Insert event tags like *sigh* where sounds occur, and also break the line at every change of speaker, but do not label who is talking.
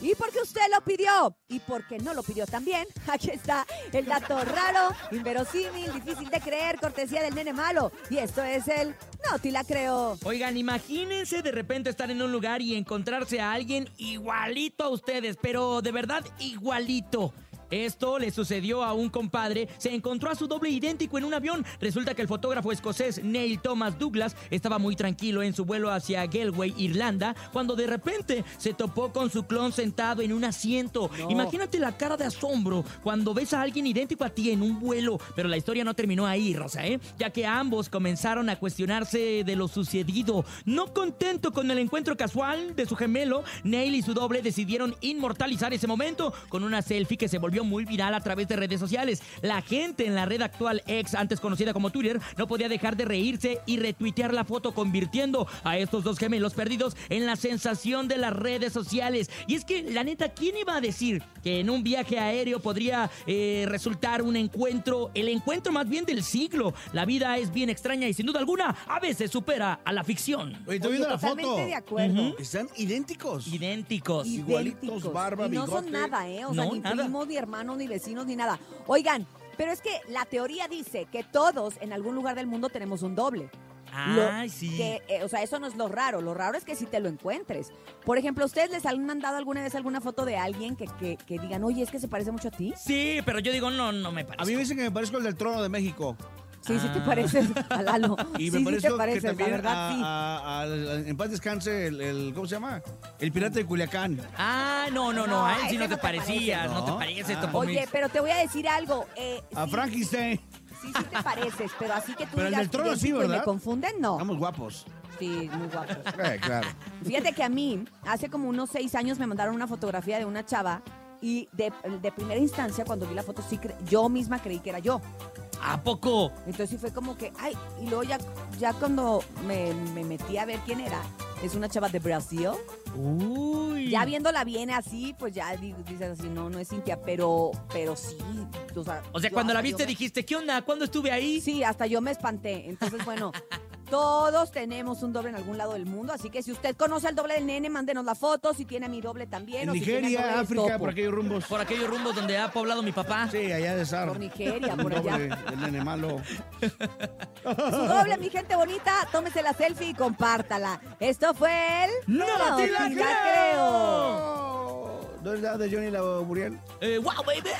Y porque usted lo pidió y porque no lo pidió también, *laughs* aquí está el dato raro, inverosímil, difícil de creer, cortesía del nene malo. Y esto es el No te la creo.
Oigan, imagínense de repente estar en un lugar y encontrarse a alguien igualito a ustedes, pero de verdad igualito. Esto le sucedió a un compadre, se encontró a su doble idéntico en un avión. Resulta que el fotógrafo escocés Neil Thomas Douglas estaba muy tranquilo en su vuelo hacia Galway, Irlanda, cuando de repente se topó con su clon sentado en un asiento. Imagínate la cara de asombro cuando ves a alguien idéntico a ti en un vuelo. Pero la historia no terminó ahí, Rosa, ¿eh? Ya que ambos comenzaron a cuestionarse de lo sucedido. No contento con el encuentro casual de su gemelo, Neil y su doble decidieron inmortalizar ese momento con una selfie que se volvió muy viral a través de redes sociales. La gente en la red actual ex, antes conocida como Twitter, no podía dejar de reírse y retuitear la foto, convirtiendo a estos dos gemelos perdidos en la sensación de las redes sociales. Y es que, la neta, ¿quién iba a decir que en un viaje aéreo podría eh, resultar un encuentro, el encuentro más bien del siglo? La vida es bien extraña y sin duda alguna a veces supera a la ficción.
Oye, estoy
Oye,
viendo la
totalmente
foto.
de acuerdo.
Están idénticos.
Idénticos.
Y- Igualitos,
idénticos.
barba,
y no son
bigote.
nada, ¿eh? O sea,
No,
ni
nada.
primos, ni hermanos, ni vecinos, ni nada. Oigan, pero es que la teoría dice que todos en algún lugar del mundo tenemos un doble. Lo-
Ay,
Mm.
sí.
que, eh, o sea, eso no es lo raro. Lo raro es que si te lo encuentres. Por ejemplo, ¿ustedes les han mandado alguna vez alguna foto de alguien que, que, que digan, oye, es que se parece mucho a ti?
Sí, pero yo digo, no, no me parece.
A mí me dicen que me parezco al del trono de
*laughs*
México.
Sí, sí te
Ah.
pareces a Lalo.
*laughs* Y
sí,
me
sí
parece
te pareces,
que también
la verdad,
a-
sí.
a- al- al- en paz descanse el, el- ¿cómo se llama? El pirata de Culiacán.
Ah, no, no, no,
No,
a él sí
ese
no te
no te
parecía,
parece.
no te
No.
pareces,
Ah.
Topo
Oye,
Mix.
pero te voy a decir algo. eh,
A
sí,
Frankenstein.
Sí, sí te pareces, pero así que tú
Pero el
digas
del trono sí,
idéntico y me
¿verdad?
confunden, no.
Estamos guapos.
Sí, muy guapo.
Eh,
*laughs*
claro.
Fíjate que a mí, hace como unos seis años me mandaron una fotografía de una chava y de, de primera instancia, cuando vi la foto, sí cre- yo misma creí que era yo.
¿A poco?
Entonces sí fue como que, ay, y luego ya, ya cuando me, me metí a ver quién era, es una chava de Brasil.
Uy.
Ya viéndola bien así, pues ya di- dices así, no, no es Cintia, pero, pero sí. O sea,
O sea,
yo-
cuando la
hasta yo
viste
me-
dijiste, ¿qué onda? ¿Cuándo estuve ahí?
Sí, hasta yo me espanté. Entonces,
*laughs*
bueno, todos tenemos un doble en algún lado del mundo, así que si usted conoce el doble del nene, mándenos la foto, si tiene a mi doble también.
En
o si tiene al doble
Nigeria,
del
África,
topo.
por
*laughs*
aquellos rumbos.
Por aquellos rumbos donde ha poblado mi papá.
Sí, allá de Sar.
Por Nigeria, por allá.
Doble, El nene malo.
Su doble, mi gente bonita, tómese la selfie y compártala. Esto fue el...
¡No, te la
te
creo! ¿No es la de Johnny la Buriel?
Eh, ¡Wow, baby!